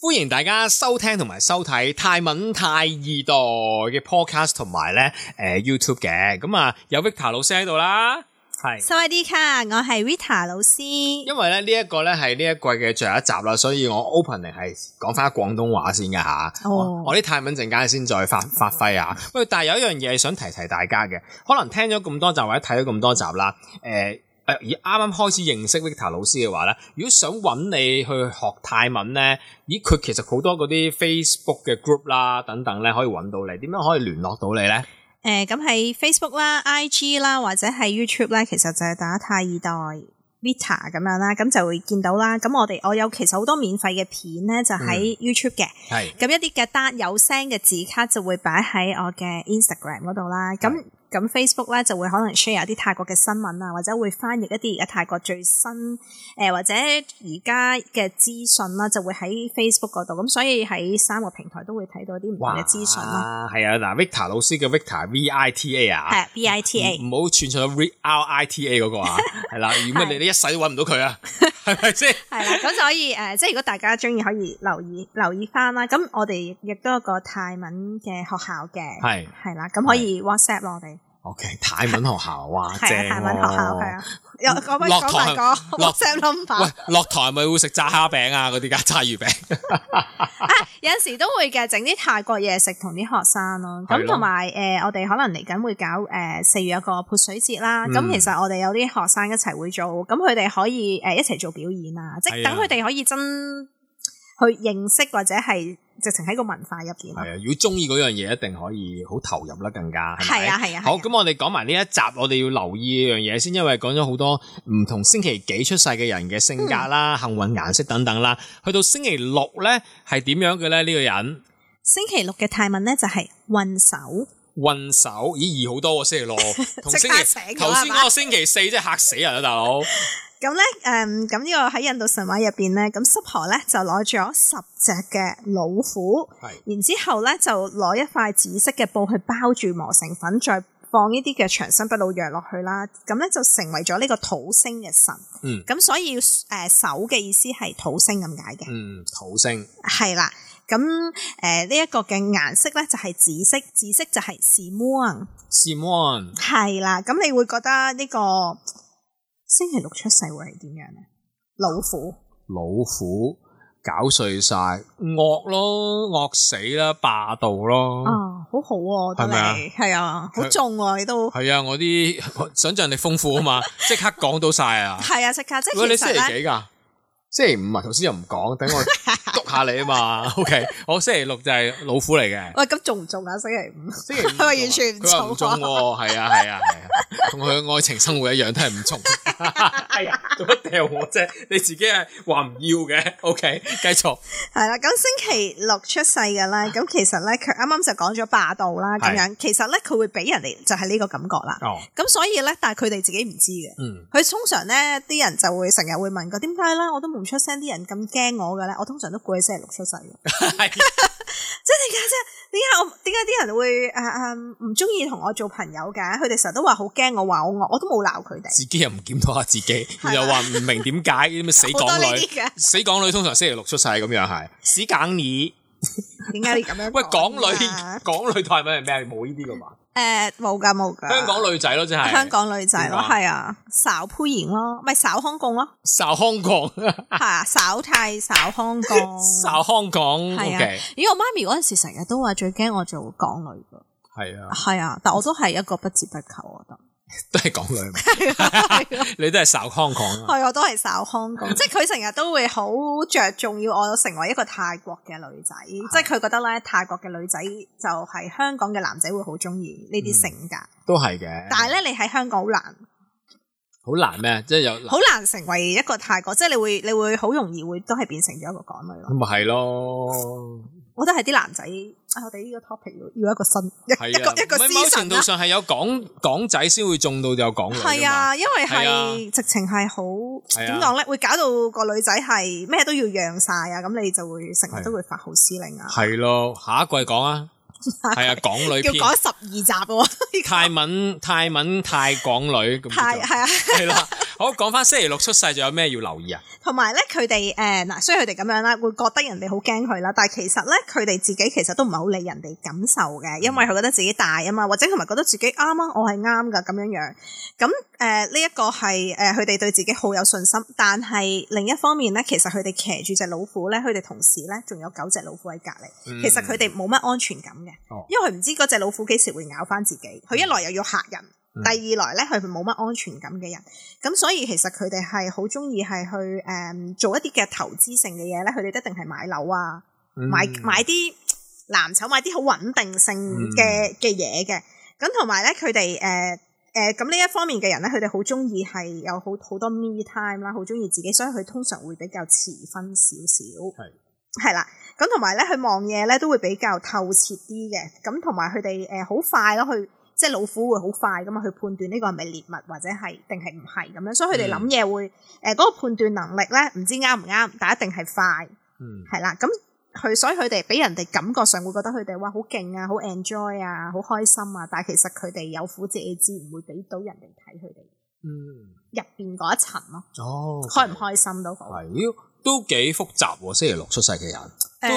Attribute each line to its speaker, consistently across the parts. Speaker 1: 歡迎大家收聽同埋收睇泰文泰二代嘅 podcast 同埋咧誒 YouTube 嘅，咁啊有 Victor 老師喺度啦，係。
Speaker 2: 收一啲卡，我係 Vita 老師。
Speaker 1: 因為咧呢一個咧係呢一季嘅最後一集啦，所以我 opening 係講翻廣東話先嘅吓。
Speaker 2: 哦
Speaker 1: 我我啲泰文陣間先再發發揮啊。喂，但係有一樣嘢想提提大家嘅，可能聽咗咁多集或者睇咗咁多集啦，誒、誒，而啱啱開始認識 Victor 老師嘅話咧，如果想揾你去學泰文咧，咦佢其實好多嗰啲 Facebook 嘅 group 啦等等咧，可以揾到你，點樣可以聯絡到你咧？
Speaker 2: 誒，咁喺 Facebook 啦、IG 啦，或者係 YouTube 咧，其實就係打太二代 Vita 咁樣啦，咁就會見到啦。咁我哋我有其實好多免費嘅片咧，就喺 YouTube 嘅。
Speaker 1: 係
Speaker 2: 咁一啲嘅單有聲嘅字卡就會擺喺我嘅 Instagram 嗰度啦。咁咁 Facebook 咧就會可能 share 啲泰國嘅新聞啊，或者會翻譯一啲而家泰國最新誒、呃或者而家嘅資訊啦，就會喺 Facebook 嗰度。咁所以喺三個平台都會睇到啲唔同嘅資訊咯。
Speaker 1: 哇係啊，嗱，Victor 老師嘅 Victor V I T A 啊。
Speaker 2: 係 B I T A
Speaker 1: 唔唔好串錯 R I T A 嗰個 啊，係啦，如果唔係你你一世都揾唔到佢啊，係咪先？
Speaker 2: 係啦，咁所以誒、呃即係如果大家中意可以留意留意翻啦。咁我哋亦都有個泰文嘅學校嘅，
Speaker 1: 係
Speaker 2: 係啦，咁可以 WhatsApp 我哋。
Speaker 1: ，OK，泰文學校哇，正
Speaker 2: 係啊，泰文學校係
Speaker 1: 喎。
Speaker 2: 啊，又講埋
Speaker 1: 落
Speaker 2: 講埋
Speaker 1: 堂
Speaker 2: 個
Speaker 1: 落
Speaker 2: WhatsApp number，
Speaker 1: 喂，落台咪會食炸蝦餅啊，嗰啲㗎，炸魚餅。
Speaker 2: 有陣時都會嘅，整啲泰國嘢食同啲學生咯。
Speaker 1: 係
Speaker 2: 咁
Speaker 1: 咯
Speaker 2: 同埋誒，我哋可能嚟緊會搞誒四月有個潑水節啦。咁
Speaker 1: 嗯
Speaker 2: 其實我哋有啲學生一齊會做，咁佢哋可以誒一齊做表演啊，即係
Speaker 1: 係啊
Speaker 2: 等佢哋可以真去認識或者係直情喺個文化入
Speaker 1: 係
Speaker 2: 邊咯。
Speaker 1: 啊，如果中意嗰樣嘢，一定可以好投入啦，更加係咪
Speaker 2: 係啊係啊，
Speaker 1: 好，
Speaker 2: 係啊
Speaker 1: 咁我哋講埋呢一集，我哋要留意一樣嘢先，因為講咗好多唔同星期幾出世嘅人嘅性格
Speaker 2: 嗯
Speaker 1: 啦、幸運顏色等等啦。去到星期六咧，係點樣嘅咧？呢個人
Speaker 2: 星期六嘅泰文咧就係運手，
Speaker 1: 運手，咦易好多喎，星期 六同
Speaker 2: 即
Speaker 1: 星
Speaker 2: 刻
Speaker 1: 期
Speaker 2: 醒咗
Speaker 1: 頭
Speaker 2: 係
Speaker 1: 先
Speaker 2: 嘛
Speaker 1: 嗰個星期四真係嚇死人啊，大佬！
Speaker 2: 咁咧，誒咁呢個喺印度神話入邊咧，咁濕婆咧就攞咗十隻嘅老虎，
Speaker 1: 係
Speaker 2: 然之後咧就攞一塊紫色嘅布去包住磨成粉，再放呢啲嘅長生不老藥落去啦。咁咧就成為咗呢個土星嘅神。
Speaker 1: 嗯
Speaker 2: 咁所以誒、呃手嘅意思係土星咁解嘅，
Speaker 1: 嗯，土星
Speaker 2: 係啦。咁誒呢一個嘅顏色咧就係紫色，紫色就係 s i m n
Speaker 1: Simon
Speaker 2: 係啦，咁你會覺得呢個星期六出世會係點樣咧？老虎
Speaker 1: 老虎搞碎晒，惡咯，惡死啦，霸道咯。
Speaker 2: 啊，好好喎，
Speaker 1: 係
Speaker 2: 真
Speaker 1: 咪啊
Speaker 2: 係係啊，好
Speaker 1: 佢
Speaker 2: 重喎，你都
Speaker 1: 係啊，我啲 想像力豐富啊 嘛，即刻講到晒啊！
Speaker 2: 係啊，即刻即
Speaker 1: 喂，
Speaker 2: 係
Speaker 1: 你
Speaker 2: 其
Speaker 1: 星
Speaker 2: 實
Speaker 1: 期
Speaker 2: 咧，
Speaker 1: 幾㗎？星期五啊，頭先又唔講， 等我督下你啊嘛。OK，我星期六就係老虎嚟嘅。
Speaker 2: 喂咁中唔中啊？星期五
Speaker 1: 星期五
Speaker 2: 係咪完全唔
Speaker 1: 佢話唔
Speaker 2: 中
Speaker 1: 中
Speaker 2: 啊
Speaker 1: 喎，係啊係啊係啊，同佢嘅愛情生活一樣都係唔 中。係啊，做乜掉我啫？你自己係話唔要嘅。OK，繼續。
Speaker 2: 係啦，咁星期六出世嘅咧，咁其實咧佢啱啱就講咗霸道啦，咁
Speaker 1: 係
Speaker 2: 樣其實咧佢會俾人哋就係呢個感覺啦，
Speaker 1: 哦，
Speaker 2: 咁所以咧，但係佢哋自己唔知嘅。
Speaker 1: 嗯，
Speaker 2: 佢通常咧，啲人就會成日會問佢點解咧，我都唔出聲，啲人咁驚我嘅咧，我通常都估佢星期六出世嘅。
Speaker 1: 係
Speaker 2: 即係點解啫？點解我點解啲人會誒誒唔中意同我做朋友嘅？佢哋成日都話好驚我話我惡，我都冇鬧佢哋。
Speaker 1: 自己又唔檢討下自己，
Speaker 2: 啊
Speaker 1: 又話唔明點解啲咩死
Speaker 2: 好多
Speaker 1: 港
Speaker 2: 呢
Speaker 1: 女
Speaker 2: 啲，嘅，
Speaker 1: 死港女通常星期六出世咁樣係死港女。
Speaker 2: 點解你咁樣？
Speaker 1: 喂，港女
Speaker 2: 啊
Speaker 1: 港女泰文係咩？冇呢啲噶嘛？
Speaker 2: 誒冇㗎冇㗎，
Speaker 1: 香港女仔咯，真係
Speaker 2: 啊香港女仔咯，
Speaker 1: 點啊
Speaker 2: 係啊，稍鋪言咯，咪稍香港咯，
Speaker 1: 受香港，
Speaker 2: 係啊，稍泰稍香港。
Speaker 1: 受香港。
Speaker 2: 係啊
Speaker 1: OK，
Speaker 2: 咦，我媽咪嗰陣時成日都話最驚我做港女㗎，
Speaker 1: 係啊，
Speaker 2: 係啊，但我都係一個不折不扣，我覺 得。
Speaker 1: 都係港女。
Speaker 2: 係啊係啊
Speaker 1: 你都係受香港啊？
Speaker 2: 係，我都係稍香港，即係佢成日都會好着重要我成為一個泰國嘅女仔，
Speaker 1: 啊
Speaker 2: 即係佢覺得咧泰國嘅女仔就係香港嘅男仔會好中意呢啲
Speaker 1: 嗯
Speaker 2: 性格，
Speaker 1: 都係嘅，
Speaker 2: 但係咧你喺香港好難，
Speaker 1: 好難咩？即係有
Speaker 2: 好難成為一個泰國，即係你會你會好容易會都係變成咗一個港女
Speaker 1: 咁
Speaker 2: 咯。
Speaker 1: 咪係咯，
Speaker 2: 我覺得係啲男仔，啊我哋呢個 topic 要要一個新一
Speaker 1: 係
Speaker 2: 一個
Speaker 1: 啊，
Speaker 2: 一個
Speaker 1: 咪某
Speaker 2: s
Speaker 1: 程
Speaker 2: e
Speaker 1: 度上係有港港仔先會中到有港女㗎嘛
Speaker 2: 係啊，因為
Speaker 1: 係
Speaker 2: 係
Speaker 1: 啊
Speaker 2: 直情係好
Speaker 1: 係啊
Speaker 2: 點講咧，會搞到個女仔係咩都要讓晒啊，咁你就會成
Speaker 1: 係啊
Speaker 2: 日都會發號施令啊。
Speaker 1: 係咯，下一季講 啊，係啊，港女
Speaker 2: 要
Speaker 1: 篇，
Speaker 2: 講十二集喎，
Speaker 1: 泰文泰文泰港女咁
Speaker 2: 泰
Speaker 1: 叫
Speaker 2: 係啊，
Speaker 1: 做係啦，好，講翻星期六出世仲有咩要留意啊？
Speaker 2: 同埋咧，佢哋誒嗱，雖然佢哋咁樣啦，會覺得人哋好驚佢啦，但係其實咧，佢哋自己其實都唔係好理人哋感受嘅，因為佢覺得自己大啊嘛，或者同埋覺得自己啱啊，我係啱噶咁樣樣。咁誒呢一個係誒佢哋對自己好有信心，但係另一方面咧，其實佢哋騎住隻老虎咧，佢哋同時咧仲有九隻老虎喺隔離，其實佢哋冇乜安全感嘅
Speaker 1: 嗯哦，
Speaker 2: 因為佢唔知嗰隻老虎幾時會咬翻自己，佢一來又要嚇人。
Speaker 1: 嗯
Speaker 2: 第二來咧，佢係冇乜安全感嘅人，咁所以其實佢哋係好中意係去誒、嗯做一啲嘅投資性嘅嘢咧，佢哋一定係買樓啊，
Speaker 1: 嗯嗯
Speaker 2: 買買啲藍籌，買啲好穩定性嘅嘅嘢嘅。咁同埋咧，佢哋誒誒咁呢一方面嘅人咧，佢哋好中意係有好好多 me time 啦，好中意自己，所以佢通常會比較遲婚少少。
Speaker 1: 係
Speaker 2: 係啦，咁同埋咧，佢望嘢咧都會比較透徹啲嘅。咁同埋佢哋誒好快咯，去即係老虎會好快噶嘛，去判斷呢個係咪獵物或者係定係唔係咁樣，所以佢哋
Speaker 1: 嗯
Speaker 2: 諗嘢會誒嗰、個判斷能力咧，唔知啱唔啱，但一定係快。
Speaker 1: 嗯
Speaker 2: 係啦，咁佢所以佢哋俾人哋感覺上會覺得佢哋哇好勁啊，好 enjoy 啊，好開心啊，但係其實佢哋有苦自己知，唔會俾到人哋睇佢哋
Speaker 1: 嗯，
Speaker 2: 入邊嗰一層咯，
Speaker 1: 哦，
Speaker 2: 開唔開心都好。誒、
Speaker 1: 係，都幾複雜喎。星期六出世嘅人，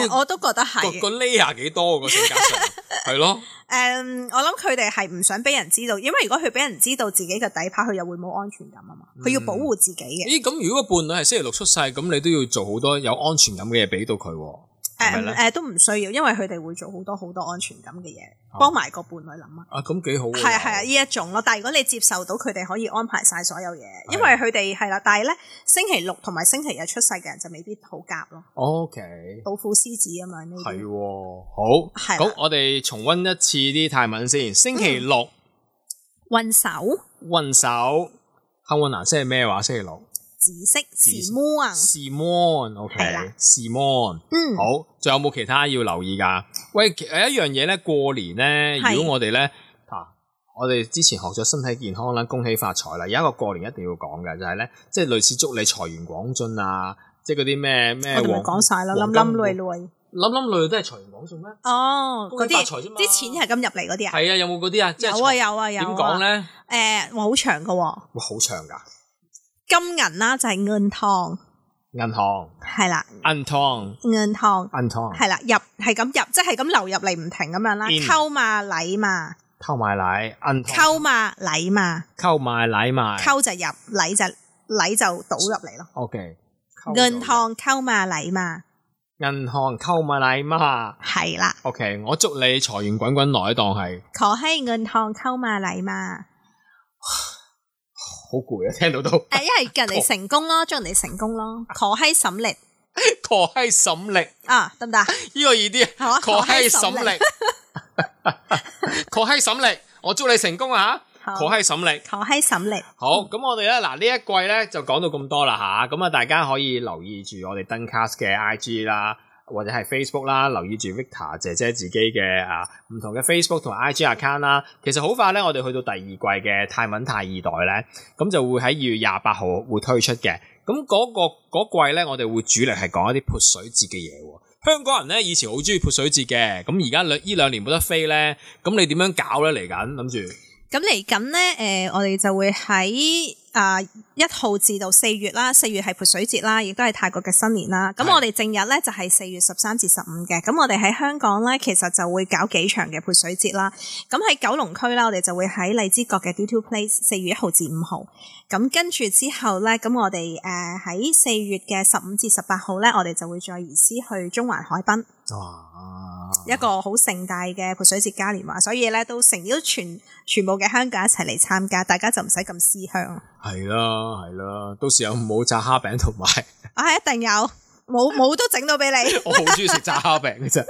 Speaker 1: 都
Speaker 2: 我都覺得係
Speaker 1: 個個
Speaker 2: 誒、
Speaker 1: layer 幾多個性格上 係咯，
Speaker 2: 我諗佢哋係唔想俾人知道，因為如果佢俾人知道自己嘅底牌，佢又會冇安全感啊
Speaker 1: 嗯
Speaker 2: 嘛，佢要保護自己嘅。
Speaker 1: 咦咁如果個伴侶係星期六出世，咁你都要做好多有安全感嘅嘢俾到佢喎，係咪
Speaker 2: 誒
Speaker 1: 咧
Speaker 2: 誒、？都唔需要，因為佢哋會做好多好多安全感嘅嘢，
Speaker 1: 哦
Speaker 2: 幫埋個伴侶諗啊。
Speaker 1: 啊咁幾好喎，
Speaker 2: 係啊係啊，呢一種咯。但係如果你接受到佢哋可以安排晒所有嘢，因為佢哋係啦。但係咧，星期六同埋星期日出世嘅人就未必好夾咯。
Speaker 1: ，OK，
Speaker 2: 老虎、獅子咁樣呢
Speaker 1: 係
Speaker 2: 啲。
Speaker 1: 喎，好，
Speaker 2: 係啦嗯
Speaker 1: 咁我哋重温一次啲泰文先，星期六
Speaker 2: 運手、
Speaker 1: 運手，幸運顏色係咩話？星期六
Speaker 2: 紫色、時髦啊，係啦
Speaker 1: Simon，OK，Simon。
Speaker 2: 嗯，
Speaker 1: 好，仲有冇其他要留意噶？喂，其有呃一樣嘢咧，過年咧，
Speaker 2: 係
Speaker 1: 如果我哋咧啊，我哋之前學咗身體健康啦，恭喜發財啦，有一個過年一定要講嘅就係咧，即係類似祝你財源廣進啊，即係嗰啲咩咩
Speaker 2: 我哋咪
Speaker 1: 黃
Speaker 2: 講晒咯，
Speaker 1: 黃
Speaker 2: 冧冧
Speaker 1: 金
Speaker 2: 累累。
Speaker 1: 冧冧類都係財源廣進咩？
Speaker 2: 哦，
Speaker 1: 恭
Speaker 2: 嗰
Speaker 1: 喜
Speaker 2: 啲
Speaker 1: 發財啫嘛
Speaker 2: 啲錢係咁入嚟嗰啲啊，
Speaker 1: 係啊，有冇嗰啲啊？即係
Speaker 2: 有啊
Speaker 1: 財
Speaker 2: 有啊有
Speaker 1: 點
Speaker 2: 啊。
Speaker 1: 講？咧？
Speaker 2: 誒，哇，好長噶喎，
Speaker 1: 哇，好長㗎，
Speaker 2: 金銀啦就係銀堂，
Speaker 1: 銀行、
Speaker 2: 係啦，
Speaker 1: 銀行、
Speaker 2: 銀堂。
Speaker 1: 銀行，
Speaker 2: 係啦，入係咁入，即係咁流入嚟唔停咁樣啦，
Speaker 1: In
Speaker 2: 溝嘛禮嘛，
Speaker 1: 溝埋奶，銀行
Speaker 2: 溝嘛禮嘛。
Speaker 1: 溝埋奶埋
Speaker 2: 溝就入，禮就禮就倒入嚟咯。
Speaker 1: ，OK，溝到
Speaker 2: 銀行溝嘛禮嘛，
Speaker 1: 銀行溝埋奶嘛。
Speaker 2: 係啦，
Speaker 1: O、k 我祝你財源滾滾來，當係
Speaker 2: 可喺銀行溝嘛禮嘛。
Speaker 1: 好攰啊！聽到都
Speaker 2: 誒，一係人哋成功咯，祝人哋成功咯。可喺沈力
Speaker 1: 確閪沈力，
Speaker 2: 啊，得 唔得啊？
Speaker 1: 呢、個易啲啊！
Speaker 2: 好啊，
Speaker 1: 確閪沈
Speaker 2: 可
Speaker 1: 力， 確閪沈力，我祝你成功啊！
Speaker 2: 可
Speaker 1: 嚇，確閪沈力。
Speaker 2: 可喺沈力，
Speaker 1: 好，咁我哋咧嗱呢一季咧就講到咁多啦吓，咁啊大家可以留意住我哋登 cast 嘅 IG 啦，或者係 Facebook 啦，留意住 Victor 姐姐自己嘅啊唔同嘅 Facebook 同 IG account 啦。其實好快咧，我哋去到第二季嘅泰文泰二代咧，咁就會喺二月廿八號會推出嘅。咁嗰、個嗰季咧，我哋會主力係講一啲潑水節嘅嘢喎。香港人咧以前好中意潑水節嘅，咁而家兩呢兩年冇得飛咧，咁你點樣搞咧嚟緊諗住？
Speaker 2: 咁嚟緊咧，誒，我哋就會喺啊一號至到四月啦，四月係潑水節啦，亦都係泰國嘅新年啦。咁
Speaker 1: 係
Speaker 2: 我哋正日咧就係四月十三至十五嘅。咁我哋喺香港咧，其實就會搞幾場嘅潑水節啦。咁喺九龍區啦，我哋就會喺荔枝角嘅 D Two Place 四月一號至五號。咁跟住之後咧，咁我哋誒喺四月嘅十五至十八號咧，我哋就會再移師去中環海濱。
Speaker 1: 哇！
Speaker 2: 一個好盛大嘅潑水節嘉年華，所以咧都成邀全全部嘅香港一齊嚟參加，大家就唔使咁思鄉。
Speaker 1: 系啦，系啦，到時有冇炸蝦餅同埋？
Speaker 2: 啊，係一定有，冇冇都整到俾你，
Speaker 1: 我好中意食炸蝦餅嘅啫。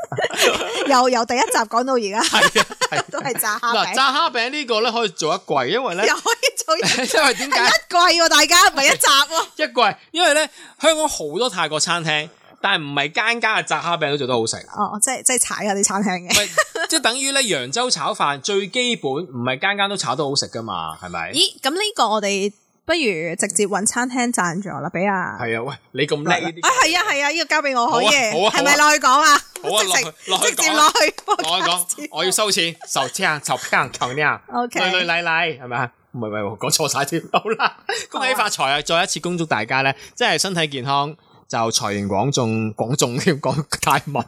Speaker 2: 由由第一集講到而家
Speaker 1: 係啊，係啊
Speaker 2: 都係炸 蝦
Speaker 1: 嗱，
Speaker 2: 餅，
Speaker 1: 炸蝦餅呢個咧可以做一季，因為咧，
Speaker 2: 又可以做一 季
Speaker 1: 因為點解
Speaker 2: 喎，大家唔係一集喎。
Speaker 1: 一季？因為咧，香港好多泰國餐廳，但係唔係間間嘅炸蝦餅都做得好食。啊
Speaker 2: 哦，即係即係踩下啲餐廳嘅。
Speaker 1: 咪即係等於咧，揚州炒飯最基本，唔係間間都炒得好食噶嘛，係咪？
Speaker 2: 咦，咁呢個我哋不如直接揾餐廳贊助啦，俾啊。
Speaker 1: 係啊，喂，你咁叻呢啲
Speaker 2: 啊，，係啊，係啊，呢個交俾我可以，
Speaker 1: 好啊好啊
Speaker 2: 係咪落去講啊？
Speaker 1: 好啊
Speaker 2: 直
Speaker 1: 落去落去
Speaker 2: 直接
Speaker 1: 講
Speaker 2: 落
Speaker 1: 啊
Speaker 2: 去，
Speaker 1: 我講，我要收錢，受聽，受聽，求呢啊
Speaker 2: OK
Speaker 1: 女女禮禮係咪啊？唔唔係唔係喎，講錯晒添， 好啦，恭喜發財啊！再一次恭祝大家咧，即係身體健康，就財源廣眾，廣眾 添，講泰文，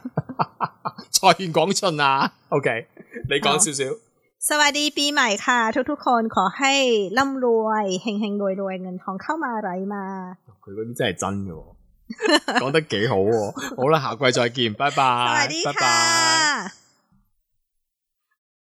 Speaker 1: 財源廣進啊！OK，你講少少，
Speaker 2: สวัสดีปีใหม่ค่ะ ทุกๆคนขอให้ร่ำรวยเฮงเฮงรวยรวยๆเงินทองเข้ามาไหลมา
Speaker 1: 佢嗰啲真係真嘅喎，講得幾好喎，好啦，下季再見，拜拜，
Speaker 2: สวัสดี
Speaker 1: 拜
Speaker 2: ค่ะ
Speaker 1: 拜。